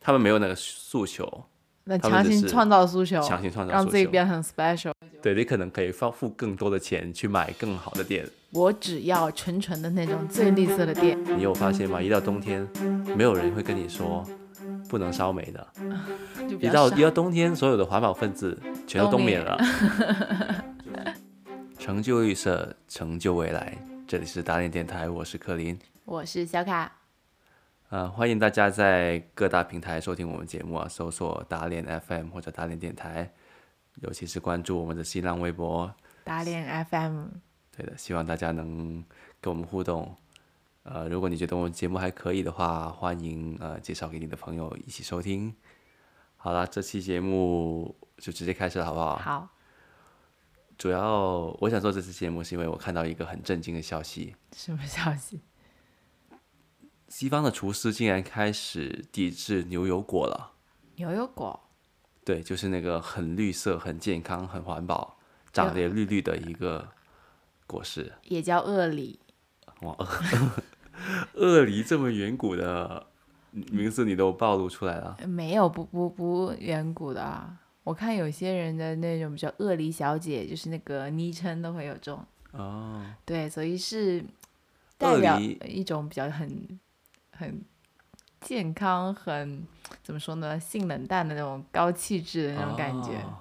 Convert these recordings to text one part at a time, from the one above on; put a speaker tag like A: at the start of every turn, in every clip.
A: 他们没有那个诉求，
B: 那
A: 他们
B: 强
A: 只
B: 行
A: 是
B: 创造诉求，
A: 强行创造
B: 哦让
A: 诉
B: 自己
A: 求
B: 变得很 special。
A: 对你可能可以放付更多的钱去买更好的店。
B: 我只要纯纯的那种最绿色的店，
A: 你有发现吗？一到冬天，没有人会跟你说不能烧煤的。
B: 就比
A: 一
B: 较
A: 嗯到
B: 少
A: 一到冬天，所有的环保分子全都
B: 冬
A: 冬眠
B: 眠
A: 了。 成就绿色，成就未来。这里是打脸电台，我是柯林。
B: 我是小卡，
A: 呃，欢迎大家在各大平台收听我们节目啊，搜索打脸 FM 或者打脸电台，尤其是关注我们的新浪微博。
B: 打脸 FM。
A: 对的，希望大家能跟我们互动。呃，如果你觉得我们节目还可以的话，欢迎呃介绍给你的朋友一起收听。好啦，这期节目就直接开始了，好不好？
B: 好，
A: 主要我想做这期节目，是因为我看到一个很震惊的消息：
B: 什么消息？
A: 西方的厨师竟然开始抵制牛油果了。
B: 牛油果
A: 对，就是那个很绿色、很健康、很环保，长得也绿绿的一个果实。
B: 也叫鳄梨，
A: 哇，鳄梨这么远古的名字你都暴露出来了，
B: 没有不不不远古的啊。我看有些人的那种比较鳄梨小姐，就是那个昵称都会有这种哦，对，所以是代
A: 鳄
B: 表
A: 梨
B: 一种比较很很健康、很怎么说呢，性冷淡的那种高气质的那种感觉。
A: 哦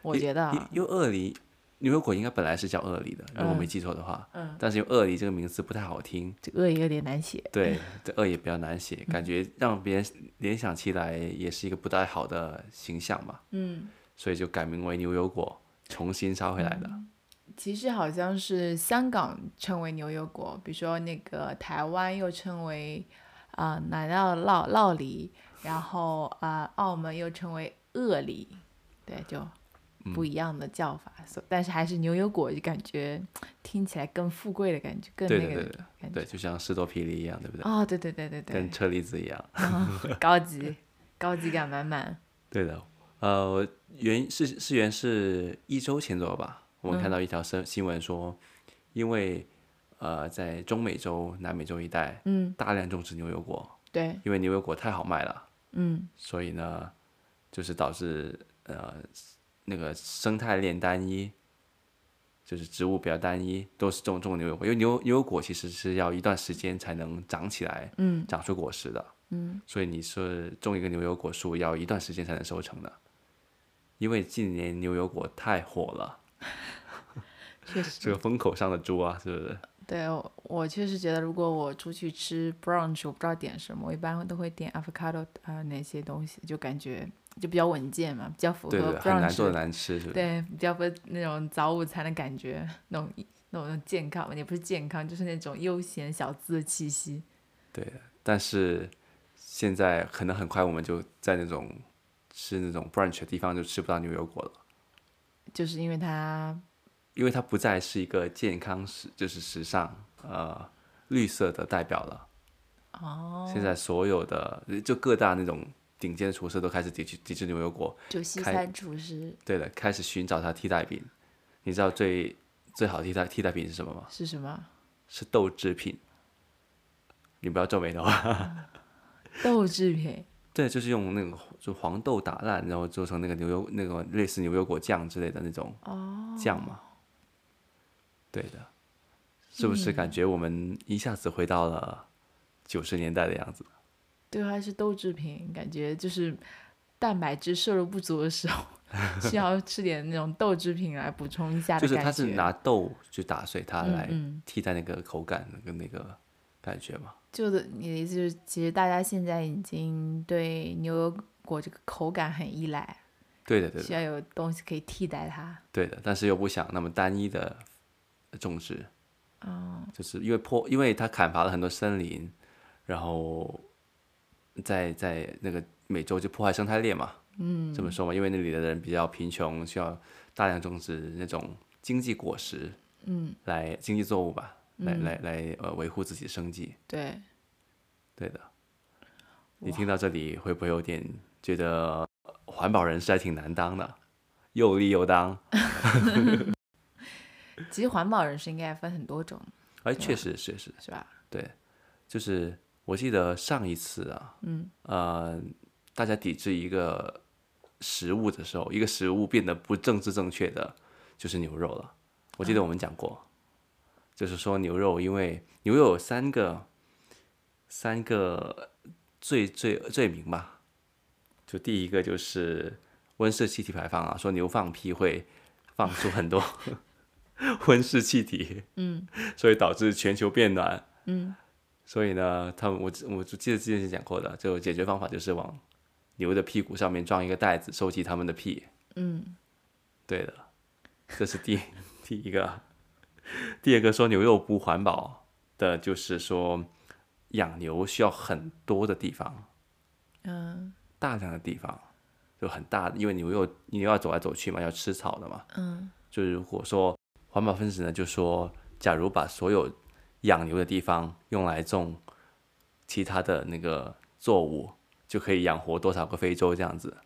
B: 我觉得、啊，
A: 因因为鳄梨牛油果应该本来是叫鳄梨的，如果
B: 嗯
A: 没记错的话，
B: 嗯
A: 但是因为鳄梨这个名字不太好听，
B: 这鳄梨有点难写。
A: 对，这鳄也比较难写，感觉让别人联想起来也是一个不太好的形象嘛，
B: 嗯，
A: 所以就改名为牛油果，重新烧回来的。
B: 嗯其实好像是香港称为牛油果，比如说那个台湾又称为啊、奶酪酪酪梨，然后啊、澳门又称为鳄梨，对，就不一样的叫法。所、但是还是牛油果，就感觉听起来更富贵的感觉，更
A: 对
B: 那
A: 对
B: 个
A: 对
B: 的
A: 对
B: 感觉。
A: 对，就像士多啤梨一样，对不对？
B: 哦，对对对对
A: 跟
B: 对，
A: 车厘子一样。
B: 高级，高级感满满。
A: 对的，呃，原是是原是一周前左右吧，我们看到一条新新闻说，因为呃，在中美洲、南美洲一带
B: 嗯，
A: 大量种植牛油果，
B: 对，
A: 因为牛油果太好卖了，
B: 嗯
A: 所以呢，就是导致呃那个生态链单一。就是植物比较单一，都是种种牛油果，因为牛牛油果其实是要一段时间才能长起来，
B: 嗯
A: 长出果实的。
B: 嗯，
A: 所以你是种一个牛油果树要一段时间才能收成的，因为近年牛油果太火了，
B: 确 实。
A: 这个风口上的猪啊，是不是？
B: 对我，我确实觉得，如果我出去吃 brunch，我不知道点什么，我一般都会点 avocado 啊、那些东西，就感觉就比较稳健嘛，比较符合
A: 对对对，很难做的
B: brunch，
A: 难吃，是不是？
B: 对，比较符合那种早午餐的感觉，那种那种健康也不是健康，就是那种悠闲小资的气息。
A: 但是现在可能很快我们就在那种吃那种 brunch 的地方就吃不到牛油果了，
B: 就是因为它，
A: 因为它不再是一个健康时就是时尚呃绿色的代表了。哦，现在所有的就各大那种顶尖的厨师都开始抵制抵制牛油果，
B: 就西
A: 开
B: 餐厨师
A: 对的，开始寻找它替代品。你知道最最好的替代替代品是什么吗？
B: 是什么？
A: 是豆制品。你不要皱眉头啊！
B: 豆制品。
A: 对，就是用那个就黄豆打烂，然后做成那个牛油那个类似牛油果酱之类的那种
B: 哦
A: 酱嘛。对的，是不是感觉我们一下子回到了九十年代的样子？
B: 对，它是豆制品，感觉就是蛋白质摄入不足的时候， 需要吃点那种豆制品来补充一下
A: 就
B: 的
A: 是
B: 感觉。
A: 它是拿豆去打碎它
B: 嗯
A: 来
B: 嗯
A: 替代那个口感跟那个感觉嘛。
B: 就是你的意思就是，其实大家现在已经对牛油果这个口感很依赖，
A: 对的，对的
B: 需。要有东西可以替代它。
A: 对的，但是又不想那么单一的种植。哦，就是因为破，因为他砍伐了很多森林，然后在在那个美洲就破坏生态链嘛。嗯，这么说嘛，因为那里的人比较贫穷，需要大量种植那种经济果实，嗯，来经济作物吧，来、来来呃维护自己的生计。
B: 对，
A: 对的，你听到这里会不会有点觉得环保人士还挺难当的，又立又当？
B: 其实环保人士应该分很多种，
A: 哎，确实确实，
B: 是吧？
A: 对，就是我记得上一次啊，嗯，呃，大家抵制一个食物的时候，一个食物变得不政治正确的，就是牛肉了。我记得我们讲过，就是说牛肉，因为牛肉有三个三个罪罪罪名吧，就第一个就是温室气体排放啊，说牛放屁会放出很多 温室气体，
B: 嗯，
A: 所以导致全球变暖。
B: 嗯，
A: 所以呢，他们我记我就记得之前是讲过的，就解决方法就是往牛的屁股上面装一个袋子，收集它们的屁。
B: 嗯，
A: 对的，这是第 第一个。第二个说牛肉不环保的，就是说养牛需要很多的地方，
B: 嗯
A: 大量的地方，就很大，因为牛肉你要走来走去嘛，要吃草的嘛。
B: 嗯
A: 就如果说环保分子呢，就说假如把所有养牛的地方用来种其他的那个作物，就可以养活多少个非洲这样子。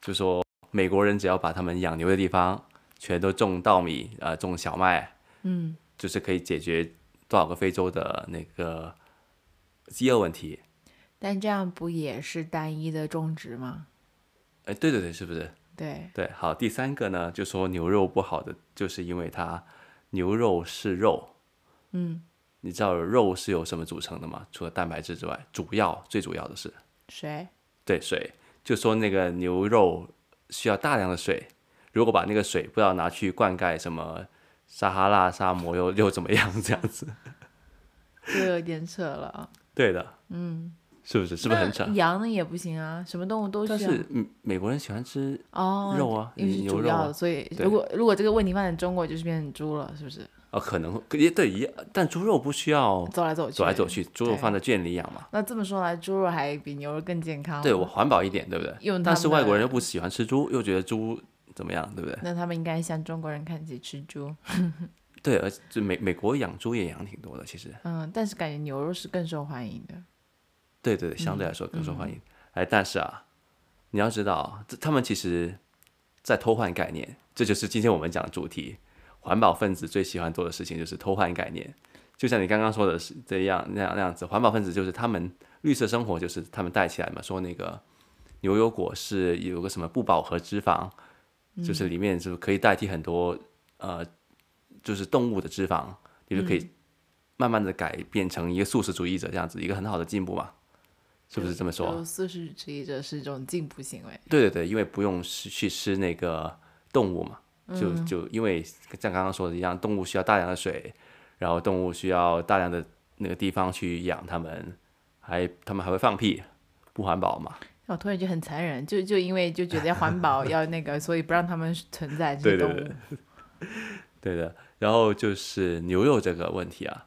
A: 就说美国人只要把他们养牛的地方全都种稻米，呃，种小麦，
B: 嗯
A: 就是可以解决多少个非洲的那个饥饿问题。
B: 但这样不也是单一的种植吗？
A: 哎，对对对，是不是？
B: 对，
A: 对，好，第三个呢，就说牛肉不好的，就是因为它牛肉是肉，
B: 嗯，
A: 你知道肉是由什么组成的吗？除了蛋白质之外，主要最主要的是
B: 谁？
A: 对水。就说那个牛肉需要大量的水，如果把那个水不知道拿去灌溉什么撒哈拉沙漠又又怎么样这样子？
B: 这有点扯了啊。
A: 对的，
B: 嗯，
A: 是不是？是不是很
B: 那
A: 扯？
B: 羊的也不行啊，什么动物都需
A: 但
B: 要。
A: 是嗯，美国人喜欢吃
B: 哦，
A: 肉啊
B: 因为是
A: 牛
B: 主
A: 肉
B: 要
A: 啊
B: 的，所以
A: 对
B: 如果如果这个问题放在中国，就是变成猪了，是不是？
A: 啊、可能也对一样，但猪肉不需要
B: 走来走去，
A: 哦走来走。去，猪肉
B: 对
A: 放在圈里养嘛。
B: 那这么说来，猪肉还比牛肉更健康。哦
A: 对我，环保一点，对不对？
B: 用他
A: 但是
B: 们
A: 外国
B: 的
A: 人又不喜欢吃猪，又觉得猪怎么样，对不对？
B: 那他们应该向中国人看齐吃猪。
A: 对，而且美美国养猪也养挺多的，其实
B: 嗯，但是感觉牛肉是更受欢迎的。
A: 对对对，相
B: 嗯
A: 对来说更受欢迎。哎，但是啊，你要知道，这他们其实在偷换概念，这就是今天我们讲的主题。环保分子最喜欢做的事情就是偷换概念，就像你刚刚说的是这样那样那样子，环保分子就是他们绿色生活就是他们带起来嘛，说那个牛油果是有个什么不饱和脂肪，就是里面就是可以代替很多呃，就是动物的脂肪，你就可以慢慢的改变成一个素食主义者这样子，一个很好的进步嘛，是不是这么说？啊
B: 就素食主义者是一种进步行为。
A: 对对对，因为不用吃去吃那个动物嘛，就就因为像刚刚说的一样，动物需要大量的水，然后动物需要大量的那个地方去养它们，还它们还会放屁，不环保嘛。
B: 我突然就很残忍，就就因为就觉得要 环保要那个，所以不让他们存在这
A: 对
B: 些
A: 对
B: 动物。
A: 对，对的。然后就是牛肉这个问题啊，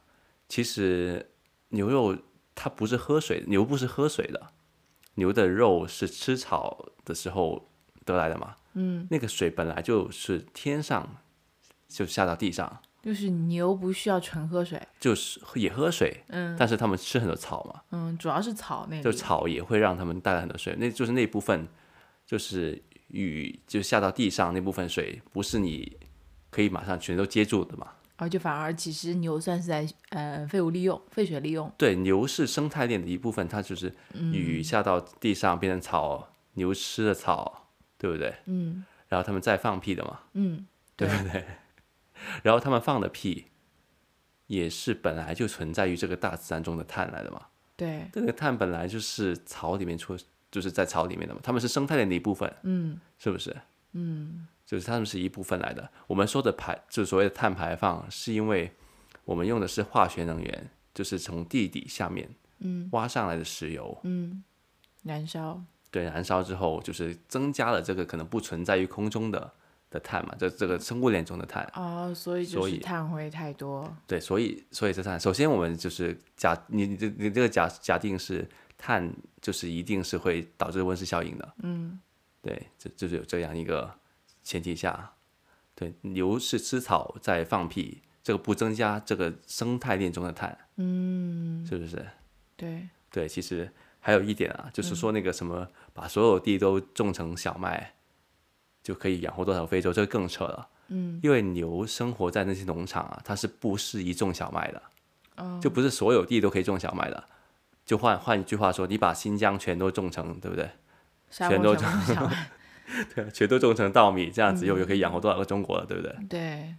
A: 其实牛肉它不是喝水，牛不是喝水的，牛的肉是吃草的时候得来的嘛。嗯，那个水本来就是天上就下到地上，
B: 就是牛不需要纯喝水，
A: 就是也喝水，
B: 嗯
A: 但是他们吃很多草嘛，
B: 嗯，主要是草那
A: 就
B: 里。
A: 草也会让他们带来很多水，那就是那部分就是雨就下到地上那部分水，不是你可以马上全都接住的嘛。
B: 然后就反而其实牛算是在呃废物利用、废水利用。
A: 对，牛是生态链的一部分，它就是雨
B: 嗯
A: 下到地上变成草，牛吃的草，对不对？
B: 嗯
A: 然后他们再放屁的嘛，
B: 嗯，
A: 对不对？ 然后他们放的屁，也是本来就存在于这个大自然中的碳来的嘛。
B: 对，
A: 这个碳本来就是草里面出，就是在草里面的嘛，它们是生态链的一部分，
B: 嗯
A: 是不是？
B: 嗯
A: 就是它们是一部分来的。我们说的排，就是所谓的碳排放，是因为我们用的是化学能源，就是从地底下面
B: 嗯
A: 挖上来的石油，
B: 嗯，燃烧。
A: 对，燃烧之后就是增加了这个可能不存在于空中的的碳嘛，这这个生物链中的碳。
B: 哦，所以就
A: 所
B: 是
A: 以
B: 碳灰太多。
A: 对，所以所以这碳，首先我们就是假，你你这你这个假假定是碳，就是一定是会导致温室效应的。
B: 嗯
A: 对，这就是有这样一个前提下，对，牛是吃草在放屁，这个不增加这个生态链中的碳，
B: 嗯，
A: 是不是？
B: 对，
A: 对，其实还有一点啊，就是
B: 嗯
A: 说那个什么，把所有地都种成小麦，就可以养活多少非洲，这个更扯了。
B: 嗯，
A: 因为牛生活在那些农场啊，它是不适宜种小麦的，
B: 哦
A: 就不是所有地都可以种小麦的。就换换一句话说，你把新疆全都种成，对不 对？
B: 沙
A: 全都
B: 漠 全部都讲完，
A: 对，全都种成稻米，这样子
B: 嗯
A: 又又可以养活多少个中国了，对不对？
B: 对，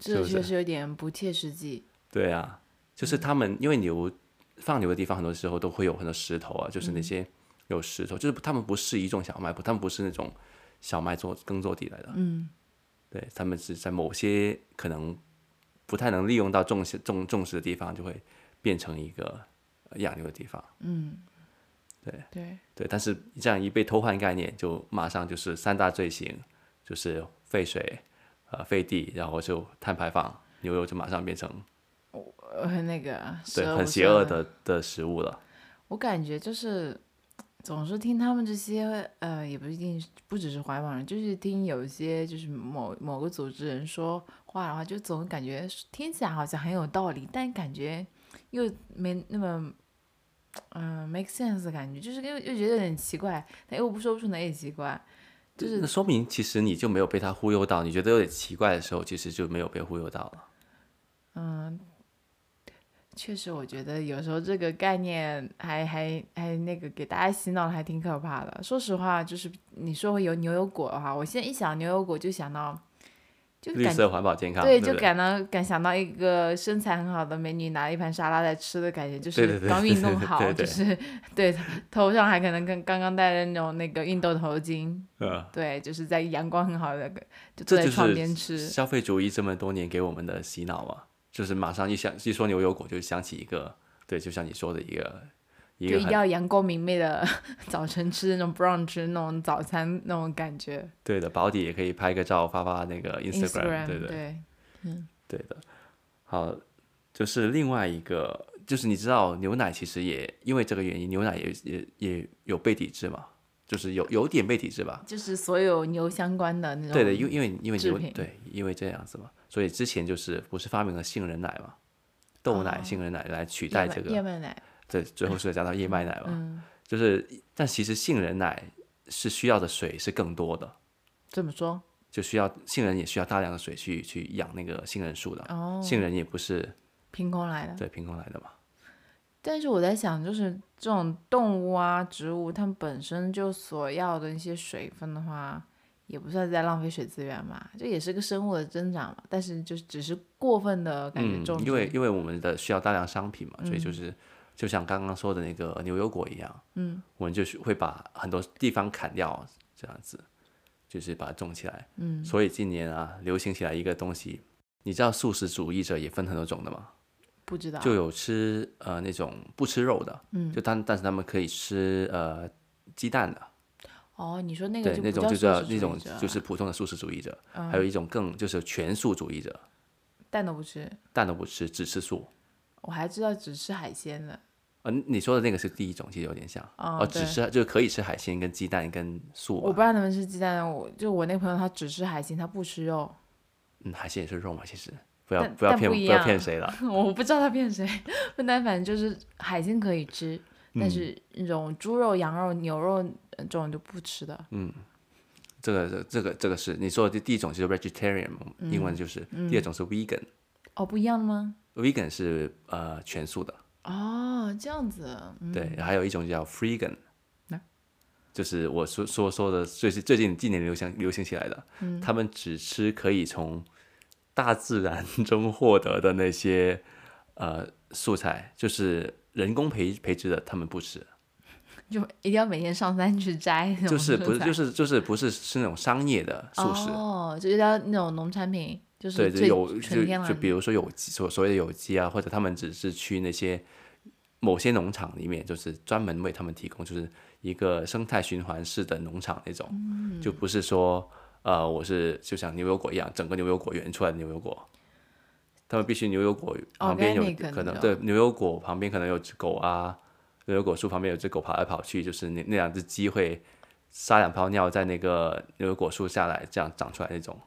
A: 是
B: 这
A: 不是
B: 确实有点不切实际。
A: 对啊，就是他们因为牛放牛的地方，很多时候都会有很多石头啊，就是那些有石头，就是他们不适宜种小麦，不，他们不是那种小麦做耕作地来的，
B: 嗯
A: 对他们是在某些可能不太能利用到种植种种植的地方，就会变成一个呃养牛的地方。
B: 嗯，
A: 对
B: 对，
A: 对，但是这样一被偷换概念，就马上就是三大罪行，就是废水、呃废地，然后就碳排放，牛肉就马上变成
B: 呃，那个
A: 对
B: 十恶
A: 很
B: 不
A: 邪
B: 赦
A: 恶的的食物了。
B: 我感觉就是总是听他们这些，呃，也不一定是不只是环保人，就是听有一些就是某某个组织人说话的话，就总感觉是听起来好像很有道理，但感觉又没那么。嗯、m a k e sense 的感觉，就是又又觉得有点奇怪，但又不说不出哪里奇怪，就是
A: 那说明其实你就没有被他忽悠到，你觉得有点奇怪的时候，其实就没有被忽悠到了。
B: 嗯，确实，我觉得有时候这个概念还还还那个给大家洗脑还挺可怕的。说实话，就是你说有牛油果的话，我现在一想牛油果就想到，就
A: 绿
B: 感
A: 色环保健康，
B: 对，
A: 不
B: 就感到感想到一个身材很好的美女拿一盘沙拉在吃的感觉，就
A: 对对
B: 是
A: 对
B: 刚
A: 对
B: 运动
A: 对
B: 好，
A: 对对
B: 就是对头上还可能跟刚刚戴着那种那个运动头巾，
A: 呃，
B: 对，就是在阳光很好的就
A: 这
B: 坐在
A: 就
B: 窗边
A: 是
B: 吃，
A: 消费主义这么多年给我们的洗脑嘛，就是马上一想一说牛油果就想起一个，对，就像你说的一个一
B: 就
A: 个
B: 一定
A: 很
B: 要阳光明媚的 早晨吃那种 brunch 那种早餐那种感觉。
A: 对的，保底也可以拍个照发发那个 Instagram，对的，
B: 对，
A: 对的。好，就是另外一个，就是你知道牛奶其实也因为这个原因，牛奶也也也有被抵制嘛，就是有有点被抵制吧。
B: 就是所有牛相关的那种。
A: 对的，因为因为因为
B: 制
A: 牛
B: 品
A: 对，因为这样子嘛，所以之前就是不是发明了杏仁奶嘛，豆奶、
B: 哦
A: 杏仁奶来取
B: 叶
A: 代
B: 麦
A: 这
B: 燕
A: 个，哦
B: 麦奶，
A: 对，最后是加到燕麦奶嘛，
B: 嗯，
A: 就是但其实杏仁奶是需要的水是更多的，
B: 这么说
A: 就需要杏仁也需要大量的水去去养那个杏仁树的，
B: 哦，
A: 杏仁也不是
B: 凭空来的。
A: 对凭空来的嘛，
B: 但是我在想，就是这种动物啊、植物，它们本身就所要的一些水分的话，也不算是在浪费水资源嘛，这也是个生物的增长嘛。但是就是只是过分的感觉
A: 嗯
B: 重，
A: 因为
B: 视
A: 因为我们的需要大量商品嘛，所以就是就像刚刚说的那个牛油果一样，
B: 嗯，
A: 我们就是会把很多地方砍掉，这样子，就是把它种起来，
B: 嗯，
A: 所以近年啊，流行起来一个东西，你知道素食主义者也分很多种的嘛，
B: 不知道
A: 就有吃呃那种不吃肉的，
B: 啊嗯
A: 就但但是他们可以吃呃鸡蛋的，
B: 哦，你说那个
A: 对，
B: 就
A: 那
B: 不
A: 种
B: 叫
A: 就
B: 素
A: 叫
B: 食主
A: 那
B: 义
A: 种
B: 者啊
A: 就是普通的素食主义者，
B: 嗯
A: 还有一种更就是全素主义者，
B: 蛋都不吃，
A: 蛋都不吃，只吃素。
B: 我还知道只吃海鲜的。
A: 嗯、你说的那个是第一种，其实有点像，
B: 哦
A: 哦，只
B: 对
A: 吃就是可以吃海鲜跟鸡蛋跟素
B: 我
A: 吧，
B: 不知道他们吃鸡蛋的，我就我那个朋友他只吃海鲜，他不吃肉，
A: 嗯，海鲜也是肉嘛，其实不要
B: 但
A: 要
B: 但
A: 骗
B: 不一
A: 不要
B: 样
A: 骗谁了，
B: 我不知道他骗谁。 但反正就是海鲜可以吃，但是那种猪肉、羊肉、牛肉呃这种就不吃的。
A: 这个这个这个是你说的第一种就是 vegetarian，嘛、
B: 嗯
A: 英文就是、第二种是 vegan，vegan、
B: 哦，不一样的吗？
A: vegan 是呃全素的，
B: 哦，这样子，嗯
A: 对，还有一种叫 freegan，、就是我说说说的最近最近近年流行流行起来的，
B: 嗯
A: 他们只吃可以从大自然中获得的那些呃素材，就是人工培培植的，他们不吃，
B: 就一定要每天上山去摘那
A: 就
B: 种蔬菜。
A: 是不是就是就是不是是那种商业的素食。
B: 哦，就是要那种农产品，就是
A: 对，就
B: 最
A: 有就
B: 纯天然
A: 就
B: 的。
A: 比如说有机所所谓的有机啊，或者他们只是去那些某些农场里面，就是专门为他们提供，就是一个生态循环式的农场那种，
B: 嗯
A: 就不是说呃，我是就像牛油果一样，整个牛油果园出来的牛油果，他们必须牛油果旁边有
B: 哦 Organic
A: 可
B: 那
A: 能
B: 种
A: 对牛油果旁边可能有只狗啊，牛油果树旁边有只狗跑来跑去，就是那那两只鸡会撒两泡尿在那个牛油果树下来，这样长出来那种。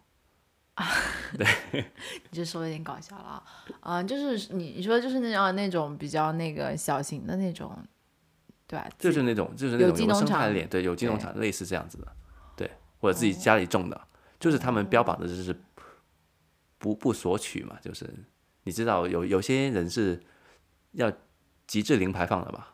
B: 你这说的有点搞笑了啊，啊、就是你你说就是那种那种比较那个小型的那种，对吧？
A: 就
B: 自
A: 是那种就是
B: 有
A: 那种
B: 机
A: 有
B: 农
A: 生态
B: 场
A: 链，对，有机农
B: 对哦
A: 场类似这样子的，对，或者自己家里种的，就是他们标榜的就是不不索取嘛，就是你知道有有些人是要极致零排放的吧，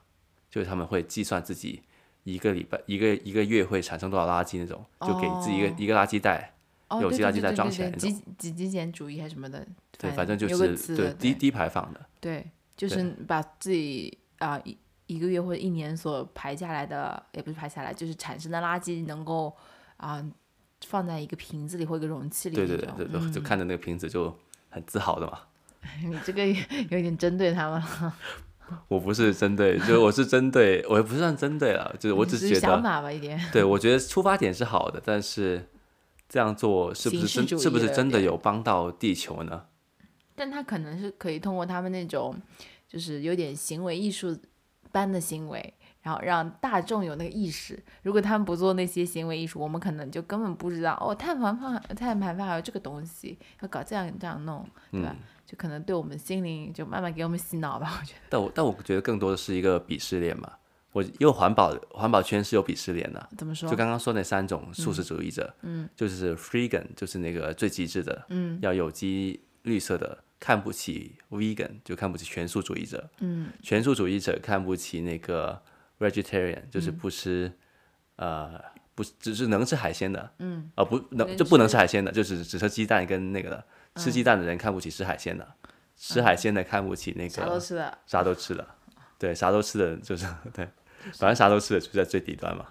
A: 就是他们会计算自己一个礼拜、一个一个月会产生多少垃圾那种，就给自己一个、
B: 哦
A: 一个垃圾袋，
B: 哦，
A: 有
B: 对
A: 机
B: 对
A: 垃圾
B: 对
A: 袋
B: 对
A: 装
B: 对
A: 起来
B: 对
A: 那
B: 极极极简主义还是什么的，
A: 对，反正就
B: 有个
A: 是
B: 词
A: 对
B: 的
A: 低低排放的，
B: 对，就
A: 对
B: 是把自己啊一、一个月或者一年所排下来的，也不是排下来，就是产生的垃圾能够啊、放在一个瓶子里或一个容器里
A: 对
B: 那
A: 对
B: 种。
A: 对对，就
B: 嗯
A: 就看着那个瓶子就很自豪的嘛。
B: 你这个也有点针对他们了，
A: 我不是针对，就是我是针对， 我也不是算针对了，就是我
B: 你
A: 只
B: 是
A: 觉
B: 想
A: 得，
B: 法吧一点。
A: 对我觉得出发点是好的，但是这样做是不
B: 形式
A: 是真
B: 主
A: 是不
B: 义
A: 是
B: 了
A: 真的
B: 点
A: 有帮到地球呢？
B: 但他可能是可以通过他们那种，就是有点行为艺术般的行为，然后让大众有那个意识。如果他们不做那些行为艺术，我们可能就根本不知道哦，碳排放、碳排放还有这个东西，要搞这样这样弄，对吧？就可能对我们心灵就慢慢给我们洗脑吧，我觉得。
A: 但我但我觉得更多的是一个鄙视链嘛。我因为环保环保圈是有鄙视链的，
B: 怎么说
A: 就？刚刚说那三种素食主义者，嗯，就是 freegan，就是那个最极致的，嗯，要有机绿色的，看不起 vegan，就看不起全素主义者，嗯，全素主义者看不起那个 vegetarian，就是不吃，呃，不只是能吃海鲜的，嗯，啊、不能
B: 能
A: 就不能吃嗯海鲜的，就只只吃鸡蛋跟那个的，吃鸡蛋的人看不起吃海鲜的，吃海鲜的看不起那个
B: 啥都吃的。
A: 啥都嗯吃了，对，啥都吃的就是 对，反正啥都吃的就在最底端嘛。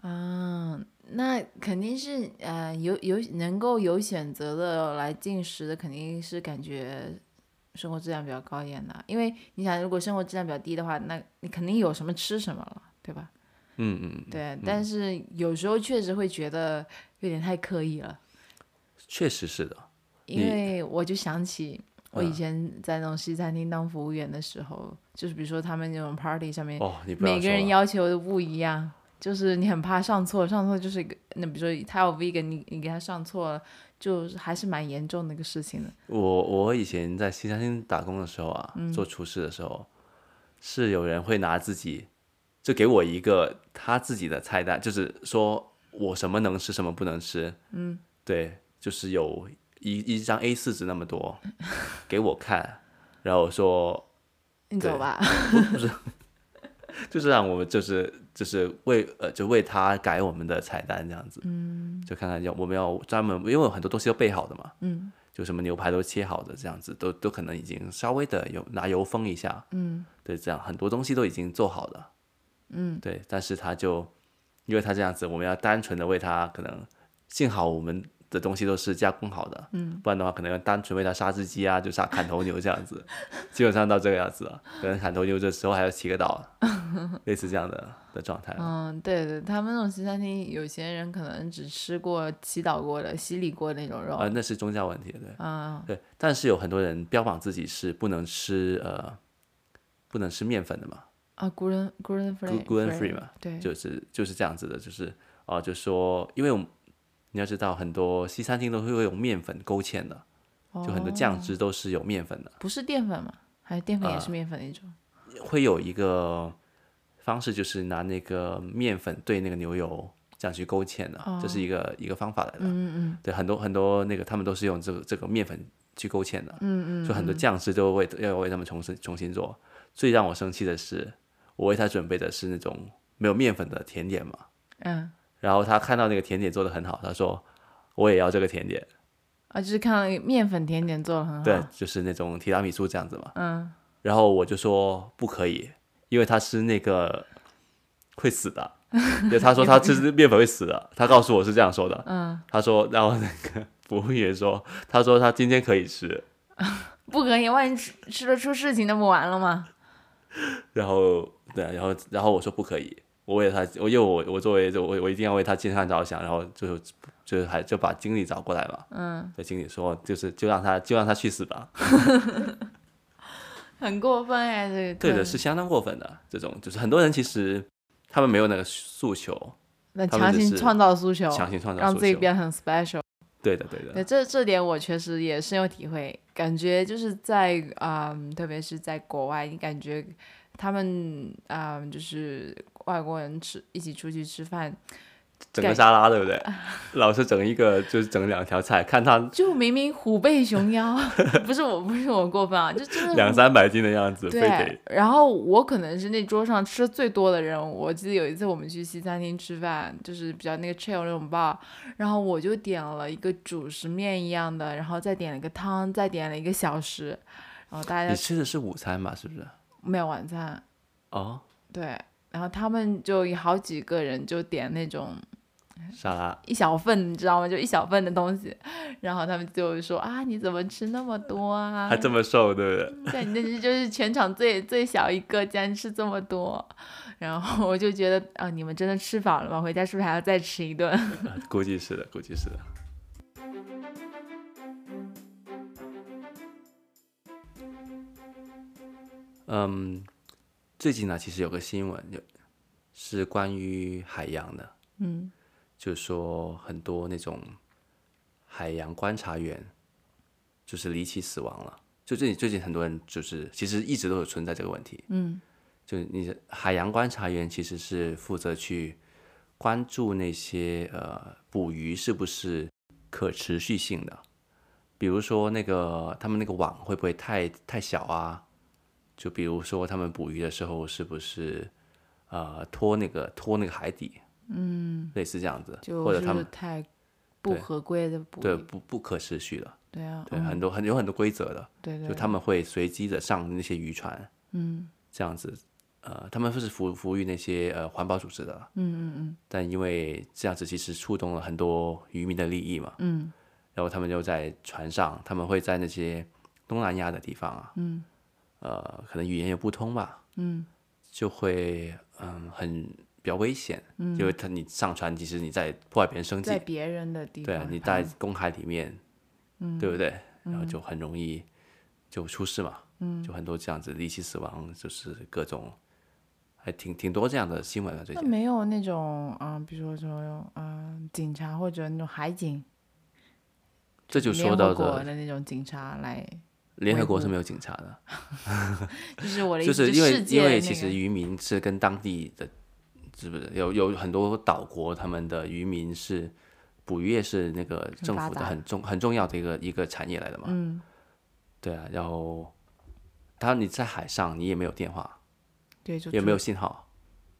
B: 啊，那肯定是呃，有有能够有选择的来进食的，肯定是感觉生活质量比较高一点的。因为你想，如果生活质量比较低的话，那你肯定有什么吃什么了，对吧？
A: 嗯嗯，嗯
B: 对，但是有时候确实会觉得有点太刻意了，
A: 确实是的。
B: 因
A: 你
B: 为我就想起我以
A: 嗯
B: 前在那种西餐厅当服务员的时候，就是比如说他们那种 party 上面，
A: 哦，你不要
B: 每个
A: 说
B: 人
A: 了
B: 要求都不一样，就是你很怕上错，上错就是一个，那比如说他有 vegan，你你给他上错了，就是还是蛮严重的一个事情的。
A: 我我以前在西餐厅打工的时候啊，
B: 嗯
A: 做厨师的时候，是有人会拿自己就给我一个他自己的菜单，就是说我什么能吃，什么不能吃。嗯，对，就是有一一张 A 四纸那么多给我看，然后说
B: 你走
A: 对
B: 吧，
A: 就是让我们就是就是为呃就为他改我们的菜单这样子，嗯，就看看要我们要专门，因为我很多东西都备好的嘛，嗯，就什么牛排都切好的这样子，都都可能已经稍微的有拿油封一下，嗯，对，这样很多东西都已经做好了，嗯，对，但是他就因为他这样子，我们要单纯的为他可能幸好我们。的东西都是加工好的，嗯，不然的话可能要单纯为他杀只鸡啊，就杀砍头牛这样 子，基本上到这个样子了。可能砍头牛这时候还要起个岛，类似这样的的状态。
B: 嗯，对对，他们那种西餐厅，有些人可能只吃过祈祷过的、洗礼过的那种肉，
A: 呃，那是宗教问题，对
B: 嗯，
A: 对。但是有很多人标榜自己是不能吃呃，不能吃面粉的嘛
B: 啊，gluten gluten free
A: ，gluten free 嘛，
B: 对，
A: 就是就是这样子的，就是哦、就说因为我们你要知道，很多西餐厅都会有面粉勾芡的，就
B: 哦
A: 很多酱汁都是有面粉的，
B: 不是淀粉嘛，还是淀粉
A: 啊
B: 也是面粉的一种，
A: 会有一个方式就是拿那个面粉兑那个牛油。这样去勾芡的，这是一个一个方法来的。
B: 哦嗯嗯
A: 对，很多很多那个他们都是用这个这个面粉去勾芡的，
B: 嗯嗯
A: 就很多酱汁都为要为他们重新重新做。最让我生气的是，我为他准备的是那种没有面粉的甜点嘛，
B: 嗯，
A: 然后他看到那个甜点做的很好，他说我也要这个甜点，
B: 啊，就是看到面粉甜点做的很好，
A: 对，就是那种提拉米苏这样子嘛。
B: 嗯，
A: 然后我就说不可以，因为他吃那个会死 的，因为他说他吃面粉会死的，他告诉我是这样说的，嗯，他说然后那个服务员说，他说他今天可以吃，
B: 不可以，万一吃吃了出事情，那不完了吗？
A: 然后对啊，然后然后我说不可以，我为他，我因为我我作为我我一定要为他健康着想，然后最后就是还就把经理找过来嘛，嗯，对，经理说就是就让他就让他去死吧，
B: 很过分哎，这个
A: 对
B: 客
A: 的，
B: 人
A: 是相当过分的，这种就是很多人其实他们没有那个诉求，
B: 那
A: 他
B: 强
A: 们只
B: 行
A: 是
B: 创造诉求，
A: 强行创造
B: 让
A: 诉
B: 自己
A: 求
B: 变得很 special。
A: 对的对
B: 对，
A: 的，
B: 这这点我确实也深有体会，感觉就是在啊、嗯特别是在国外，你感觉呃他们啊、嗯就是外国人吃一起出去吃饭，
A: 整个沙拉，对 不对？老是整一个，就是整两条菜，看他
B: 就明明虎背熊腰， 不是我不是我过分啊，就真的
A: 两三百斤的样子，非
B: 对
A: 得，
B: 然后我可能是那桌上吃最多的人。我记得有一次我们去西餐厅吃饭，就是比较那个 chill 那种 bar，然后我就点了一个主食面一样的，然后再点了一个汤，再点了一个小食，然后大
A: 你
B: 家
A: 吃的是午餐吧？是不是？
B: 没有晚餐，
A: 哦，
B: 对，然后他们就有好几个人就点那种
A: 沙拉，
B: 一小份，你知道吗？就一小份的东西，然后他们就说啊，你怎么吃那么多啊？
A: 还这么瘦，对不对？
B: 对，你这就是全场最最小一个，竟然吃这么多，然后我就觉得啊、你们真的吃饱了吗？回家是不是还要再吃一顿？
A: 估计是的，估计是的。嗯，最近呢，其实有个新闻，有是关于海洋的，
B: 嗯，
A: 就是说很多那种海洋观察员就是离奇死亡了。就最近最近很多人就是其实一直都有存在这个问题，
B: 嗯，
A: 就你的海洋观察员其实是负责去关注那些呃捕鱼是不是可持续性的，比如说那个他们那个网会不会太太小啊？就比如说他们捕鱼的时候是不是呃拖那个拖那个海底，嗯，类似这样子，
B: 就
A: 或者
B: 是
A: 他们
B: 太不
A: 对
B: 合规的捕
A: 对
B: 鱼
A: 不不可持续的，
B: 对啊，
A: 对、
B: 嗯
A: 很多很有很多规则的，
B: 对对
A: 就他们会随机的上那些渔船，
B: 嗯
A: 这样子，呃，他们是服服务于那些呃环保组织的，
B: 嗯嗯
A: 但因为这样子其实触动了很多渔民的利益嘛，
B: 嗯
A: 然后他们就在船上，他们会在那些东南亚的地方啊，
B: 嗯
A: 呃，可能语言也不通吧，
B: 嗯
A: 就会嗯很比较危险，因为他你上船，其实你在破坏别人生
B: 嗯，
A: 计
B: 在，别人的地
A: 对啊
B: 方，嗯
A: 你在公海里面，对不对？然后就很容易就出事嘛，
B: 嗯
A: 就很多这样子离奇死亡，就是各种。还挺挺多这样的新闻啊了，最
B: 那
A: 近。
B: 没有那种啊、比如说什么啊，警察或者那种海警，
A: 这就
B: 联
A: 说
B: 合
A: 到
B: 国
A: 的
B: 的那种警察来，
A: 联合国是
B: 维护
A: 没有警察的，
B: 就是我的意
A: 就
B: 思，
A: 是因为
B: 世界
A: 因
B: 那
A: 为
B: 个
A: 其实渔民是跟当地的，是不是有有很多岛国他们的渔民是捕鱼业是那个政
B: 发
A: 府的
B: 达
A: 很重很重要的一个一个产业来的嘛，
B: 嗯，
A: 对啊，然后他你在海上你也没有电话，
B: 对，就
A: 也没
B: 有
A: 有信号，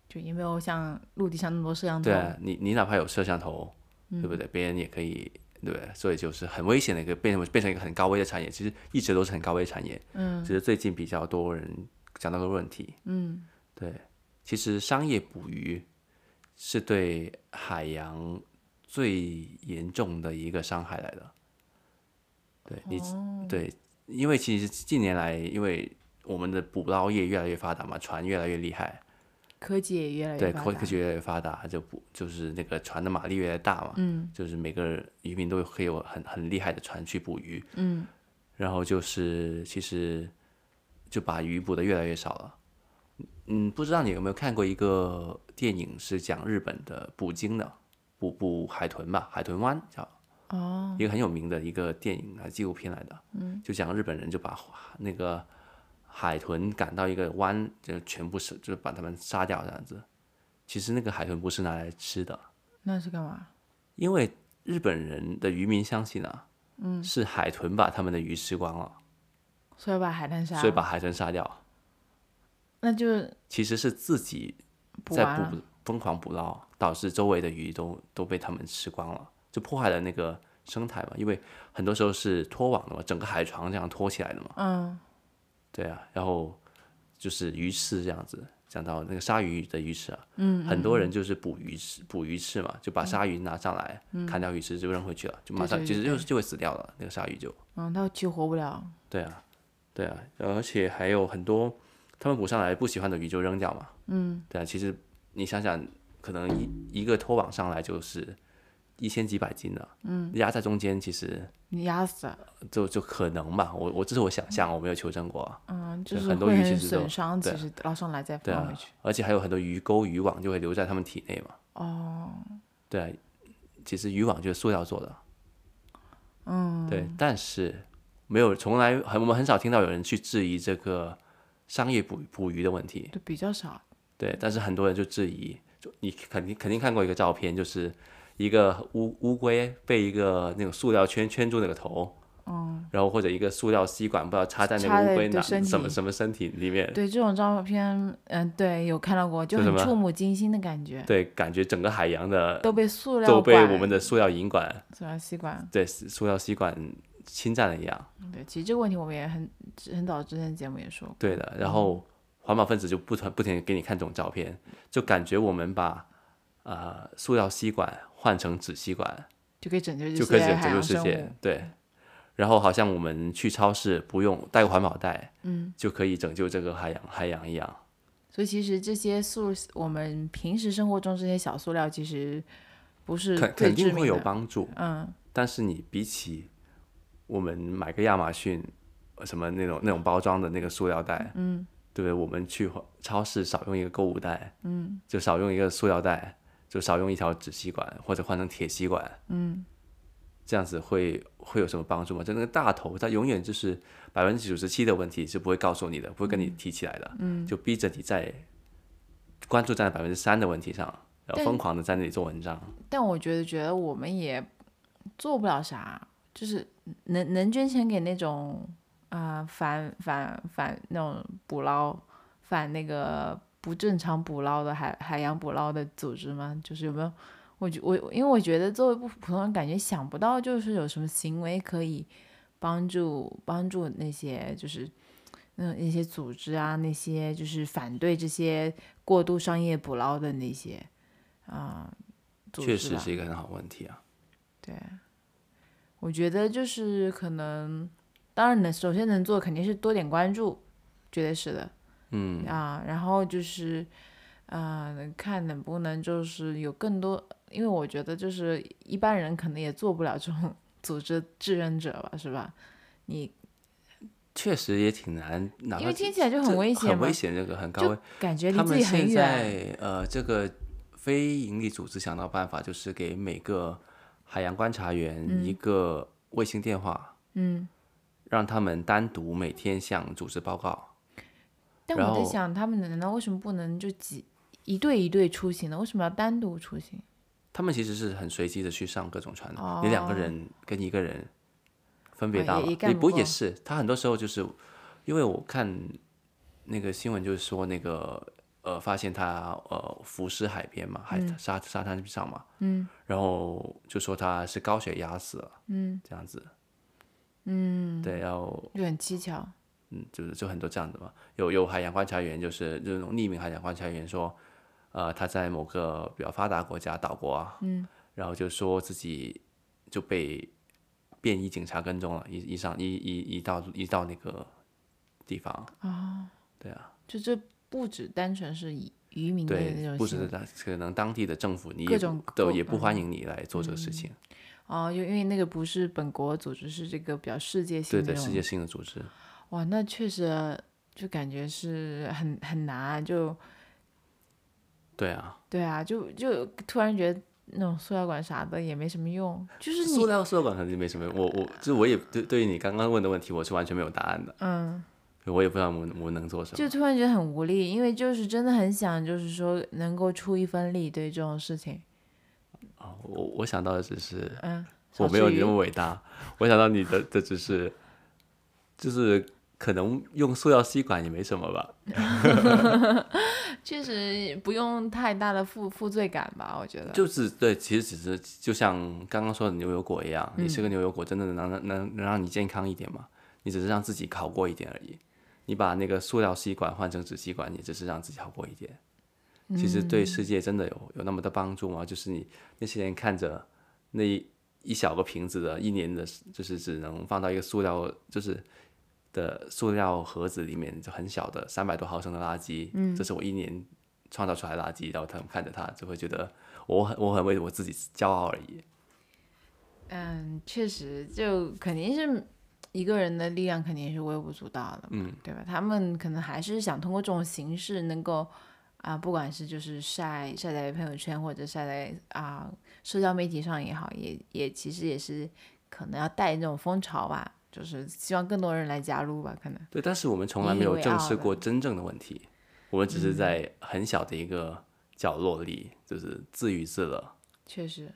B: 就也没有像陆地上那么多摄像头嗯
A: 对，啊，你你哪怕有摄像头，对不对？别人也可以。对不对？所以就是很危险的一个变成变成一个很高危的产业，其实一直都是很高危的产业，
B: 嗯
A: 只是最近比较多人讲到的问题，
B: 嗯。
A: 对，其实商业捕鱼是对海洋最严重的一个伤害来的。对你，
B: 哦
A: 对，因为其实近年来，因为我们的捕捞业越来越发达嘛，船越来越厉害，
B: 科技也越来越
A: 对，
B: 发
A: 科
B: 达
A: 科技越来越发达，就捕就是那个船的马力越来越大嘛，
B: 嗯
A: 就是每个渔民都可以有很很厉害的船去捕鱼，
B: 嗯
A: 然后就是其实就把鱼捕的越来越少了。嗯，不知道你有没有看过一个电影，是讲日本的捕鲸的，捕捕海豚吧，海豚湾叫
B: 哦
A: 一个很有名的一个电影啊，纪录片来的。嗯，就讲日本人就把那个海豚赶到一个湾，就全部是就是把它们杀掉这样子。其实那个海豚不是拿来吃的，
B: 那是干嘛？
A: 因为日本人的渔民相信啊，嗯，是海豚把他们的鱼吃光了，
B: 所以把海滩杀了，
A: 所以把海豚杀掉。
B: 那就
A: 其实是自己
B: 补
A: 在
B: 完
A: 捕
B: 了。
A: 疯狂捕捞，导致周围的鱼都都被他们吃光了，就破坏了那个生态嘛。因为很多时候是拖网的嘛，整个海床这样拖起来的嘛。
B: 嗯，
A: 对啊，然后就是鱼翅这样子。讲到那个鲨鱼的鱼翅啊，嗯，很多人就是捕鱼翅，捕鱼翅嘛，就把鲨鱼拿上来，砍掉鱼翅就扔回去了，就马上
B: 嗯对
A: 其
B: 对
A: 实就是就会死掉了，那个鲨鱼就。
B: 嗯，它救活不了。
A: 对啊，对啊，而且还有很多他们捕上来不喜欢的鱼就扔掉嘛。嗯，对啊，其实你想想，可能一一个拖网上来就是一千几百斤的，嗯，压在中间其实
B: 你压死了，
A: 就就可能吧，我我这是我想象，我没有求证过啊。
B: 嗯，就
A: 对
B: 是
A: 很多
B: 会
A: 鱼
B: 很
A: 其实都
B: 损伤，
A: 对
B: 其实捞上来再
A: 对
B: 放
A: 啊
B: 回去。，
A: 而且还有很多鱼钩、渔网就会留在他们体内嘛。
B: 哦，
A: 对啊，其实渔网就是塑料做的，
B: 嗯，
A: 对，但是没有从来很我们很少听到有人去质疑这个商业捕捕鱼的问题。
B: 对，比较少。
A: 对，但是很多人就质疑，就你肯定肯定看过一个照片，就是一个乌乌龟被一个那种塑料圈圈住那个头，嗯，然后或者一个塑料吸管不知道插在那
B: 插
A: 个
B: 在
A: 乌龟
B: 你的
A: 哪
B: 身
A: 什么
B: 体
A: 什么身体里面，
B: 对这种照片，嗯、对，有看到过，就
A: 就
B: 很
A: 什么
B: 触目惊心的感觉，
A: 对，感觉整个海洋的
B: 都被塑料
A: 都被
B: 管
A: 我们的塑料引管
B: 塑料吸管。
A: 对塑料吸管侵占了一样，
B: 对，其实这个问题我们也很很早之前节目也说过，
A: 对的。然后环保分子就不断不停地给你看这种照片，就感觉我们把呃塑料吸管换成纸吸管，
B: 就可以拯救这
A: 就可以
B: 些
A: 拯
B: 海
A: 救
B: 洋
A: 世
B: 生
A: 界
B: 物。。
A: 对，然后好像我们去超市不用带个环保袋，嗯，就可以拯救这个海洋海洋一样。
B: 所以其实这些塑，我们平时生活中这些小塑料其实不是
A: 肯
B: 最
A: 肯
B: 致
A: 定会
B: 命
A: 有
B: 的。
A: 帮助，
B: 嗯，
A: 但是你比起我们买个亚马逊呃什么那种那种包装的那个塑料袋，嗯，对不对？我们去超市少用一个购物袋，嗯，就少用一个塑料袋，就少用一条纸吸管或者换成铁吸管，嗯，这样子会会有什么帮助吗？就那个大头，它永远就是百分之九十七的问题是不会告诉你的，不会跟你提起来的，嗯，就逼着你在关注在百分之三的问题上，然后
B: 但
A: 疯狂的在那里做文章。
B: 但我觉得觉得我们也做不了啥，就是能能捐钱给那种啊、反反反那种捕捞反那个不正常捕捞的海海洋捕捞的组织吗？就是有没有？我觉我因为我觉得作为不普通人，感觉想不到就是有什么行为可以帮助帮助那些就是。那那些组织啊，那些就是反对这些过度商业捕捞的那些啊、组织
A: 确
B: 吧
A: 实是一个很好的问题啊。
B: 对，我觉得就是可能，当然能首先能做肯定是多点关注，绝对是的，嗯啊，然后就是，啊、看能不能就是有更多，因为我觉得就是一般人可能也做不了这种 组织志愿者吧，是吧？你
A: 确实也挺难，哪
B: 因
A: 怕
B: 为听起来就
A: 这
B: 很危险
A: 很
B: 嘛
A: 危，险，这个很高
B: 就
A: 危。
B: 感觉离
A: 他
B: 自
A: 们
B: 己很
A: 现
B: 远，
A: 在呃，这个非营利组织想到办法，就是给每个海洋观察员一个卫星电话，
B: 嗯。
A: 让他们单独每天向组织报告。
B: 但
A: 然
B: 我在
A: 后
B: 想，他们难道为什么不能就几一队一队出行呢？为什么要单独出行？
A: 他们其实是很随机的去上各种船的，你两个人跟一个人分别
B: 哦
A: 到了，
B: 也也
A: 也
B: 干不
A: 不过也
B: 过
A: 是，他很多时候就是因为我看那个新闻，就是说那个呃，发现他呃浮尸海边嘛，海
B: 嗯
A: 沙沙滩上嘛，嗯，然后就说他是高血压死了，嗯，这样子，嗯，对，然后
B: 就很蹊跷。
A: 嗯，就是就很多这样的嘛。有有海洋观察员，就是这种匿名海洋观察员说，呃，他在某个比较发达国家岛国啊，嗯，然后就说自己就被便衣警察跟踪了，一一上一一一到一到那个地方，
B: 就这不只单纯是以渔民的那
A: 对，
B: 种
A: 不
B: 行
A: 是
B: 为
A: 当可能当地的政府你
B: 各
A: 也
B: 种
A: 都
B: 各
A: 也不
B: 嗯
A: 欢迎你来做这个事情，
B: 哦，因为因为那个不是本国组织，是这个比较世界性
A: 对
B: 的
A: 对，
B: 那
A: 世
B: 种
A: 界性的组织，
B: 哇，那确实就感觉是很很难，就
A: 对啊，
B: 对啊，就就突然觉得那种塑料管啥的也没什么用，就是你
A: 塑料塑料管肯定没什么，我我就是我也对对于你刚刚问的问题，我是完全没有答案的，
B: 嗯，
A: 我也不知道我们我们能做什么。
B: 就突然觉得很无力，因为就是真的很想，就是说能够出一份力对这种事情，
A: 啊，我我想到的只是
B: 嗯，
A: 我
B: 少
A: 没有
B: 吃
A: 你那
B: 鱼
A: 么伟大，我想到你的的只是，就是可能用塑料吸管也没什么吧。
B: 确实不用太大的负负罪感吧，我觉得
A: 就是对，其实只是就像刚刚说的牛油果一样，你吃个牛油果真的能能能能让你健康一点吗？你只是让自己好过一点而已。你把那个塑料吸管换成纸吸管，也只是让自己好过一点。其实对世界真的有有那么的帮助吗？就是你那些人看着那一一小个瓶子的，一年的，就是只能放到一个塑料，就是的塑料盒子里面，就很小的三百多毫升的垃圾。嗯，这是我一年创造出来的垃圾，然后他们看着它就会觉得我很我很为我自己骄傲而已。
B: 嗯，确实，就肯定是一个人的力量肯定是微不足道的嘛，
A: 嗯
B: 对吧？他们可能还是想通过这种形式能够啊，不管是就是晒晒在朋友圈或者晒在啊社交媒体上也好，也也其实也是可能要带那种风潮吧，就是希望更多人来加入吧，可能
A: 对，但是我们从来
B: 引
A: 没
B: 以
A: 有
B: 为嗯
A: 正
B: 傲
A: 视
B: 的
A: 过真正的问题，我们只是在很小的一个角落里，就是自娱自乐。
B: 确实，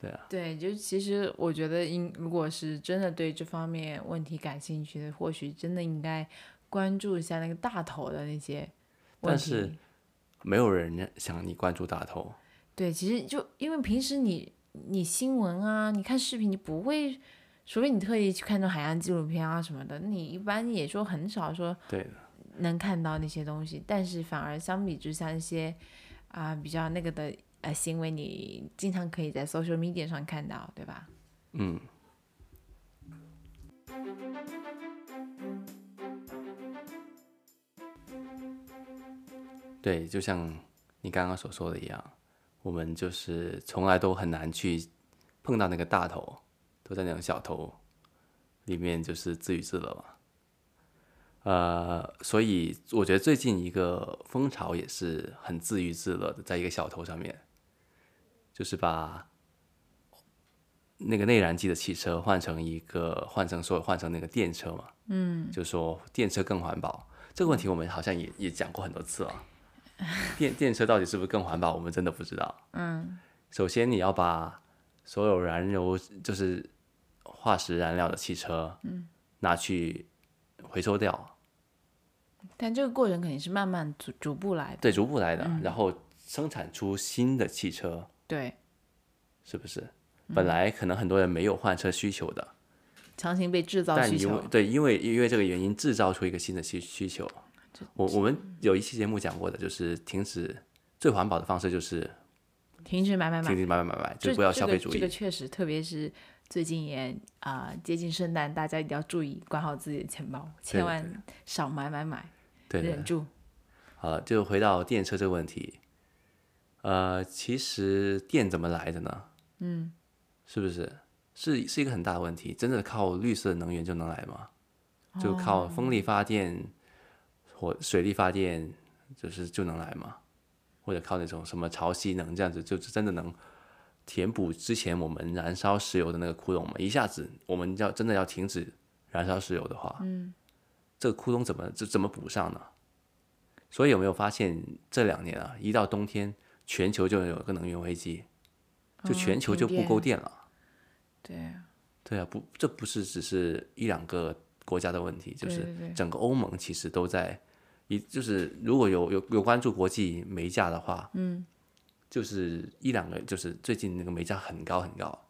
A: 对啊，
B: 对，就其实我觉得应如果是真的对这方面问题感兴趣的，或许真的应该关注一下那个大头的那些问
A: 但
B: 题。
A: 是没有人想你关注大头，
B: 对，其实就因为平时你你新闻啊，你看视频，你不会，除非你特意去看那种海洋纪录片啊什么的，你一般也说很少说
A: 对的，
B: 能看到那些东西，但是反而相比之下，那些啊、比较那个的呃行为，你经常可以在 social media 上看到，对吧？
A: 嗯。对，就像你刚刚所说的一样，我们就是从来都很难去碰到那个大头，都在那种小头里面就是自娱自乐嘛。呃，所以我觉得最近一个风潮也是很自娱自乐的，在一个小头上面，就是把那个内燃机的汽车换成一个换成说换成那个电车嘛，嗯，就说电车更环保这个问题，我们好像也也讲过很多次了。电电车到底是不是更环保，我们真的不知道。嗯，首先你要把所有燃油就是化石燃料的汽车，嗯，拿去回收掉，
B: 但这个过程肯定是慢慢逐逐步来的，
A: 对，逐步来的，然后生产出新的汽车，
B: 对，
A: 是不是？本来可能很多人没有换车需求的，
B: 强行被制造
A: 但
B: 需
A: 因为
B: 求，
A: 对，因为因为这个原因制造出一个新的需需求。我我们有一期节目讲过的，就是停止最环保的方式就是
B: 停止买买买
A: 停，止买买买买，就
B: 这
A: 是不要消费主
B: 这个。这个
A: 义。
B: 确实，特别是最近也啊、接近圣诞，大家一定要注意管好自己的钱包，
A: 对
B: 千
A: 的
B: 万少买买买，
A: 对的
B: 忍，住。
A: 好了，就回到电车这个问题。呃，其实电怎么来的呢？嗯，是不是是是一个很大的问题？真的靠绿色能源就能来吗？就靠风力发电、火水力发电，就是就能来吗？或者靠那种什么潮汐能这样子，就是真的能填补之前我们燃烧石油的那个窟窿吗？一下子我们要真的要停止燃烧石油的话，嗯，这个窟窿怎么这怎么补上呢？所以有没有发现这两年啊，一到冬天，全球就有个能源危机，就全球就不够哦电了。
B: 对
A: 对啊，不，这不是只是一两个国家的问题，就
B: 对
A: 是
B: 对对
A: 整个欧盟其实都在一，就是如果有有有关注国际煤价的话，嗯，就是一两个，就是最近那个煤价很高很高，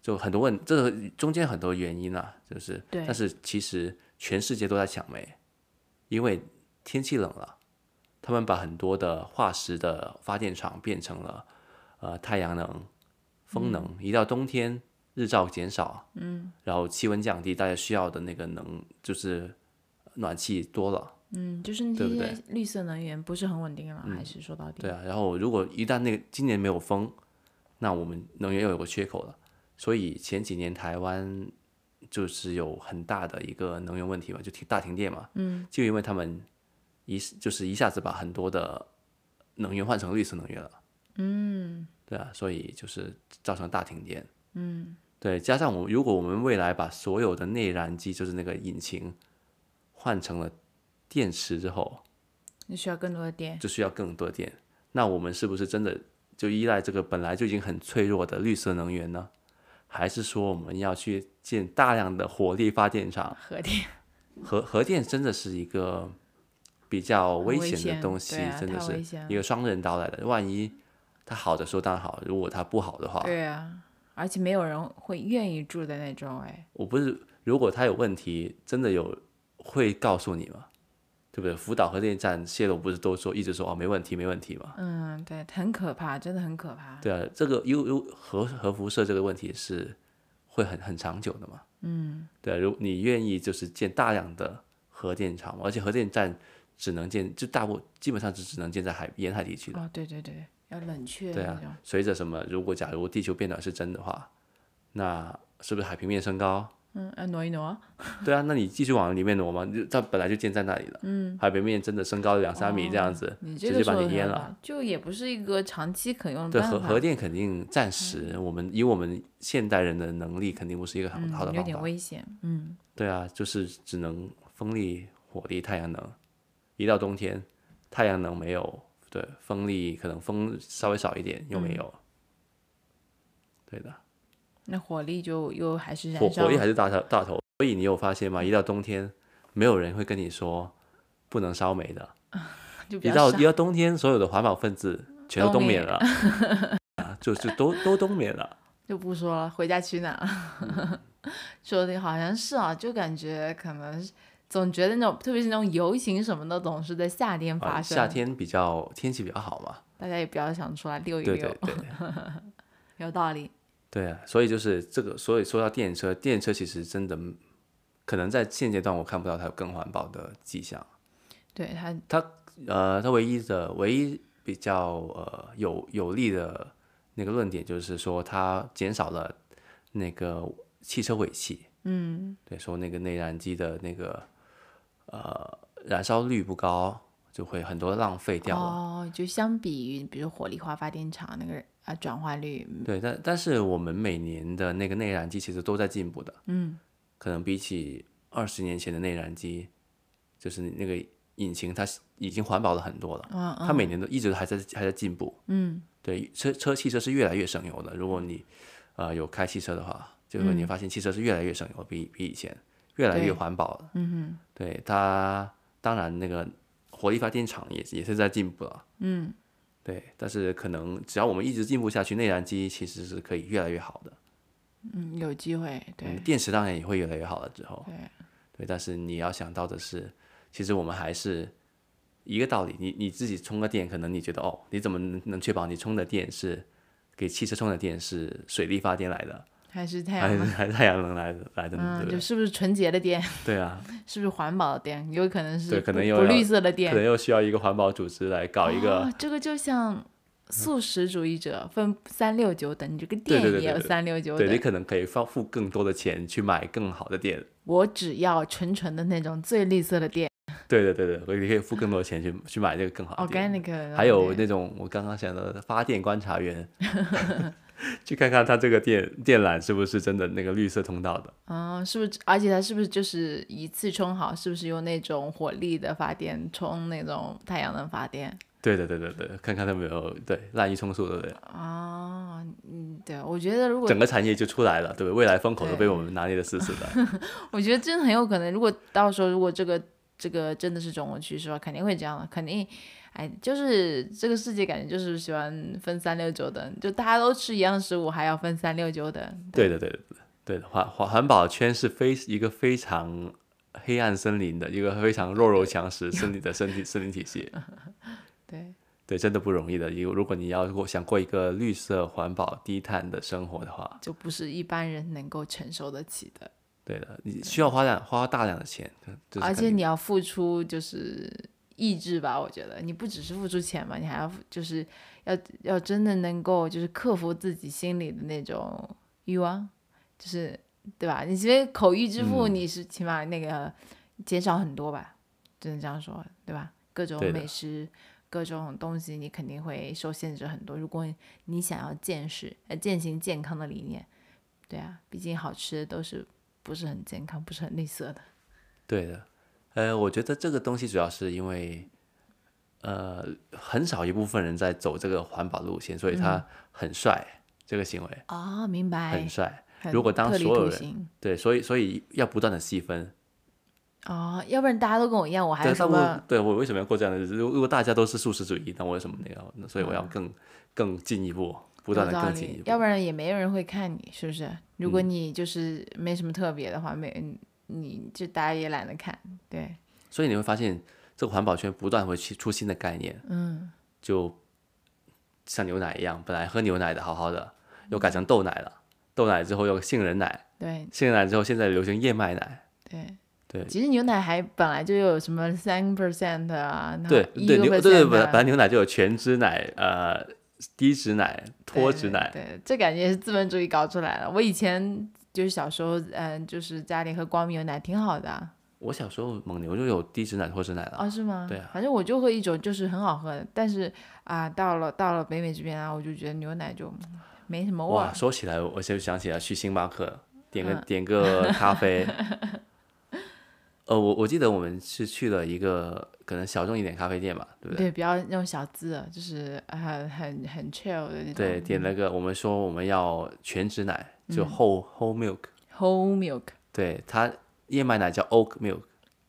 A: 就很多问，这个中间很多原因啊，就是，
B: 对
A: 但是其实全世界都在抢煤，因为天气冷了，他们把很多的化石的发电厂变成了呃太阳能、风能，一到冬天日照减少，嗯，然后气温降低，大家需要的那个能就是暖气多了，
B: 嗯，就是那
A: 对不
B: 些绿色能源不是很稳定了，还是说到底，
A: 对啊，然后如果一旦那个今年没有风，那我们能源又有个缺口了。所以前几年台湾就是有很大的一个能源问题嘛，就停大停电嘛。嗯，就因为他们一就是一下子把很多的能源换成绿色能源了。嗯，对啊，所以就是造成大停电。嗯，对，加上我如果我们未来把所有的内燃机，就是那个引擎换成了电池之后，
B: 你需要更多的电。
A: 就需要更多的电。那我们是不是真的就依赖这个本来就已经很脆弱的绿色能源呢？还是说我们要去建大量的火力发电厂？
B: 核电
A: 核核电真的是一个比较
B: 很
A: 危
B: 危
A: 险
B: 险
A: 的东西，
B: 对啊
A: 真的
B: 太危
A: 是
B: 险了
A: 一个双刃刀来的。万一它好的时候当然好，如果它不好的话，
B: 对啊，而且没有人会愿意住的那种，哎，
A: 我不是如果它有问题，真的有会告诉你吗？对不对？福岛核电站泄露不是都说一直说哦没问题没问题吗？
B: 嗯，对，很可怕，真的很可怕。
A: 对啊，这个优优核核辐射这个问题是会很很长久的嘛。嗯，对啊、如你愿意就是建大量的核电厂嘛，而且核电站只能建，就大部基本上只只能建在海沿海地区的。
B: 哦，对对对，要冷却
A: 对
B: 那
A: 啊
B: 种。，
A: 随着什么？如果假如地球变暖是真的话，那是不是海平面升高？
B: 嗯，要挪一挪。
A: 对啊，那你继续往里面挪嘛，就它本来就建在那里了。嗯，海平面真的升高两三米这样子，
B: 哦你这
A: 直
B: 个
A: 接把
B: 说
A: 你
B: 的很
A: 淹
B: 好
A: 了。，
B: 就也不是一个长期可用的
A: 对
B: 办法。嗯
A: 核核电肯定暂时，我们以我们现代人的能力，肯定不是一个好好的
B: 嗯，有
A: 方
B: 点
A: 法。
B: 危险。嗯，
A: 对啊，就是只能风力、火力、太阳能。一到冬天，太阳能没有，对，风力可能风稍微少一点，又
B: 嗯
A: 没有。对的，
B: 那火力就又还是
A: 火
B: 燃烧
A: 火力还是大头大头。所以你有发现吗？一到冬天，没有人会跟你说不能烧煤的。
B: 就比
A: 一
B: 较
A: 到
B: 少
A: 一到冬天，所有的环保分子全都
B: 冬
A: 冬眠
B: 眠
A: 了，啊，就就都都冬眠了。
B: 就不说了，回家取暖了。
A: 嗯
B: 说的好像是啊，就感觉可能是总觉得那种，特别是那种游行什么的，总是在夏天
A: 啊，
B: 发生。
A: 夏天比较天气比较好嘛，
B: 大家也不要想出来溜一溜，
A: 对对对
B: 有道理。
A: 对啊，所以就是这个，所以说到电车，电车其实真的可能在现阶段我看不到它有更环保的迹象。
B: 对他，
A: 呃，它唯一的唯一比较呃有有利的那个论点就是说，它减少了那个汽车尾气。嗯，对，说那个内燃机的那个呃燃烧率不高，就会很多浪费掉了。
B: 哦，就相比于比如火力化发电厂那个啊转化率，
A: 对，但但是我们每年的那个内燃机其实都在进步的。
B: 嗯，
A: 可能比起二十年前的内燃机，就是那个引擎它已经环保了很多了。
B: 嗯
A: 它每年都一直还在还在进步。
B: 嗯，
A: 对，车车汽车是越来越省油的。如果你呃有开汽车的话，就会你发现汽车是越来越省油，比比以前越来越
B: 对
A: 环保了。嗯哼，对它当然那个火力发电厂也也是在进步了。嗯，对，但是可能只要我们一直进步下去，内燃机其实是可以越来越好的。
B: 嗯，有机会，对、
A: 嗯，电池当然也会越来越好了之后。
B: 对，
A: 对，但是你要想到的是，其实我们还是一个道理。你你自己充个电，可能你觉得哦，你怎么能能确保你充的电是给汽车充的电是水力发电来的，
B: 还是太
A: 还
B: 阳
A: 是
B: 能，
A: 还是太阳能来的来的呢？
B: 嗯，
A: 对不
B: 就
A: 对？
B: 是不是纯洁的电，
A: 对啊，
B: 是不是环保的电，有可能是
A: 对可
B: 不
A: 能又
B: 不
A: 要
B: 绿色的
A: 可
B: 电
A: 能，又需要一个环保组织来搞一个。
B: 哦、这个就像素食主义者分三六九等，你这个
A: 对
B: 店
A: 对对
B: 也有
A: 对对
B: 三六九等。
A: 对你可能可以放付更多的钱去买更好的电，
B: 我只要纯纯的那种最绿色的店
A: 对对对对，你可以付更多的钱去去买这个更好的电。
B: ，organic 的店。
A: 啊还有那种我刚刚想到的发电观察员， 去看看他这个电电缆是不是真的那个绿色通道的。
B: 嗯，是不是？而且它是不是就是一次充好？是不是用那种火力的发电充那种太阳能发电？
A: 对对对对对，看看他有没有对滥竽充数，对不对？
B: 哦，嗯，对，我觉得如果
A: 整个产业就出来了，对不对？未来风口都
B: 对
A: 被我们拿捏的死死的。
B: 我觉得真的很有可能，如果到时候如果这个这个真的是中国趋势的话，肯定会这样的，肯定，哎，就是这个世界感觉就是喜欢分三六九等，就大家都吃一样的食物，还要分三六九等。
A: 对的对的对的，环环环保圈是非一个非常黑暗森林的一个非常弱肉强食森林的身体森林体 系。
B: 对，
A: 对，真的不容易的。如如果你要过想过一个绿色、环保、低碳的生活的话，
B: 就不是一般人能够承受得起的，
A: 对的，你需要花量花大量的钱，这是
B: 而
A: 肯
B: 且
A: 定
B: 你要付出就是意志吧，我觉得你不只是付出钱嘛，你还要付就是要要真的能够就是克服自己心里的那种欲望，就是对吧？你其实口欲之腹，
A: 嗯
B: 你是起码那个减少很多吧，只能这样说，对吧？各种
A: 对的
B: 美食。各种东西你肯定会受限制很多。如果你想要健食，呃，践行健康的理念，对啊，毕竟好吃的都是不是很健康，不是很绿色的。
A: 对的，呃，我觉得这个东西主要是因为，呃，很少一部分人在走这个环保路线，所以
B: 嗯
A: 他很帅，这个行为
B: 哦，明白
A: 很。帅。
B: 很
A: 如果当
B: 特立
A: 所有
B: 独
A: 人
B: 行
A: 对，所以所以要不断的细分。
B: 哦，要不然大家都跟我一样，我还
A: 对，
B: 有什
A: 大部分
B: 么？
A: 对我为什么要过这样的日子？如如果大家都是素食主义，那我有什么那个？所以我要更、更进一步，不
B: 嗯有
A: 断的
B: 道
A: 更进一
B: 理
A: 步。，嗯
B: 要不然也没有人会看你，是不是？如果你就是没什么特别的话，没你就大家也懒得看，对，
A: 所以你会发现，这个环保圈不断会去出新的概念，嗯，就像牛奶一样，本来喝牛奶的好好的，又改成豆奶了，豆奶之后又杏仁奶，
B: 对
A: 杏仁奶之后现在流行燕麦奶，
B: 对
A: 对
B: 其实牛奶还本来就有什么三 percent 啊，然后
A: 对
B: 1%
A: 对牛对对，
B: 啊
A: 本来本来牛奶就有全脂奶，呃，低脂奶、脱脂奶，
B: 对，对这感觉也是资本主义搞出来的。我以前就是小时候，嗯、就是家里喝光明牛奶挺好的啊，
A: 我小时候蒙牛就有低脂奶、脱脂奶了，
B: 哦，是吗？
A: 对啊
B: 反正我就喝一种，就是很好喝的，但是啊、到了到了北美这边啊，我就觉得牛奶就嗯没什么味
A: 哇，
B: 儿。
A: 说起来我就想起来去星巴克点个
B: 嗯
A: 点个咖啡，呃，我我记得我们是去了一个可能小众一点咖啡店吧，对不对？
B: 对，比较那种小资，啊就是很很很 chill 的那种。
A: 对，点了个我们说我们要全脂奶，
B: 嗯
A: 就 whole、whole milk，
B: Whole milk，
A: 对它燕麦奶叫 oak milk，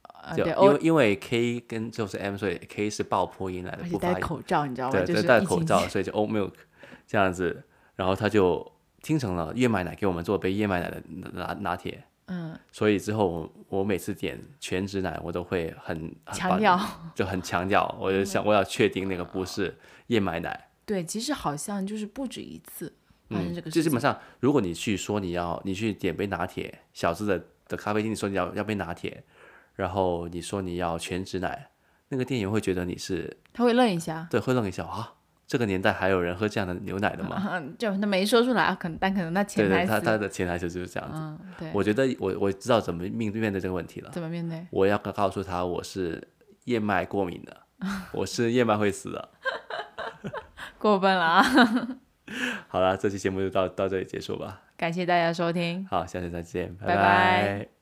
B: 啊，
A: 就
B: 对，
A: 因
B: 哦
A: 为因为 K 跟就是 M，所以 K 是爆破音来的，
B: 而且
A: 不发
B: 戴
A: 音。
B: 口罩，你知道吗？
A: 对，
B: 就
A: 对，
B: 是
A: 戴
B: 疫
A: 口
B: 情
A: 罩，所以就 oat milk 这样子，然后他就听成了燕麦奶，给我们做杯燕麦奶的拿拿铁。
B: 嗯，
A: 所以之后我我每次点全脂奶，我都会很很把
B: 强调。嗯
A: 就很强调，我就想我要确定那个不是燕麦奶。
B: 对，其实好像就是不止一次发生
A: 嗯
B: 这，个
A: 就
B: 事
A: 基
B: 情。
A: 本上，如果你去说你要你去点杯拿铁，小资的的咖啡厅，你说你要要杯拿铁，然后你说你要全脂奶，那个店员会觉得你是
B: 他会愣一下，
A: 对，会愣一下啊，这个年代还有人喝这样的牛奶的吗？
B: 嗯，就他没说出来，啊可能但可能他
A: 对
B: 潜
A: 对，
B: 台词，
A: 他他的潜台词就是这样子。
B: 嗯，对，
A: 我觉得我我知道怎么面对面对这个问题了。
B: 怎么面对？
A: 我要告告诉他我是燕麦过敏的，我是燕麦会死的。
B: 过分了啊！
A: 好了，这期节目就到到这里结束吧。
B: 感谢大家收听。
A: 好，下次再见，
B: 拜
A: 拜
B: 拜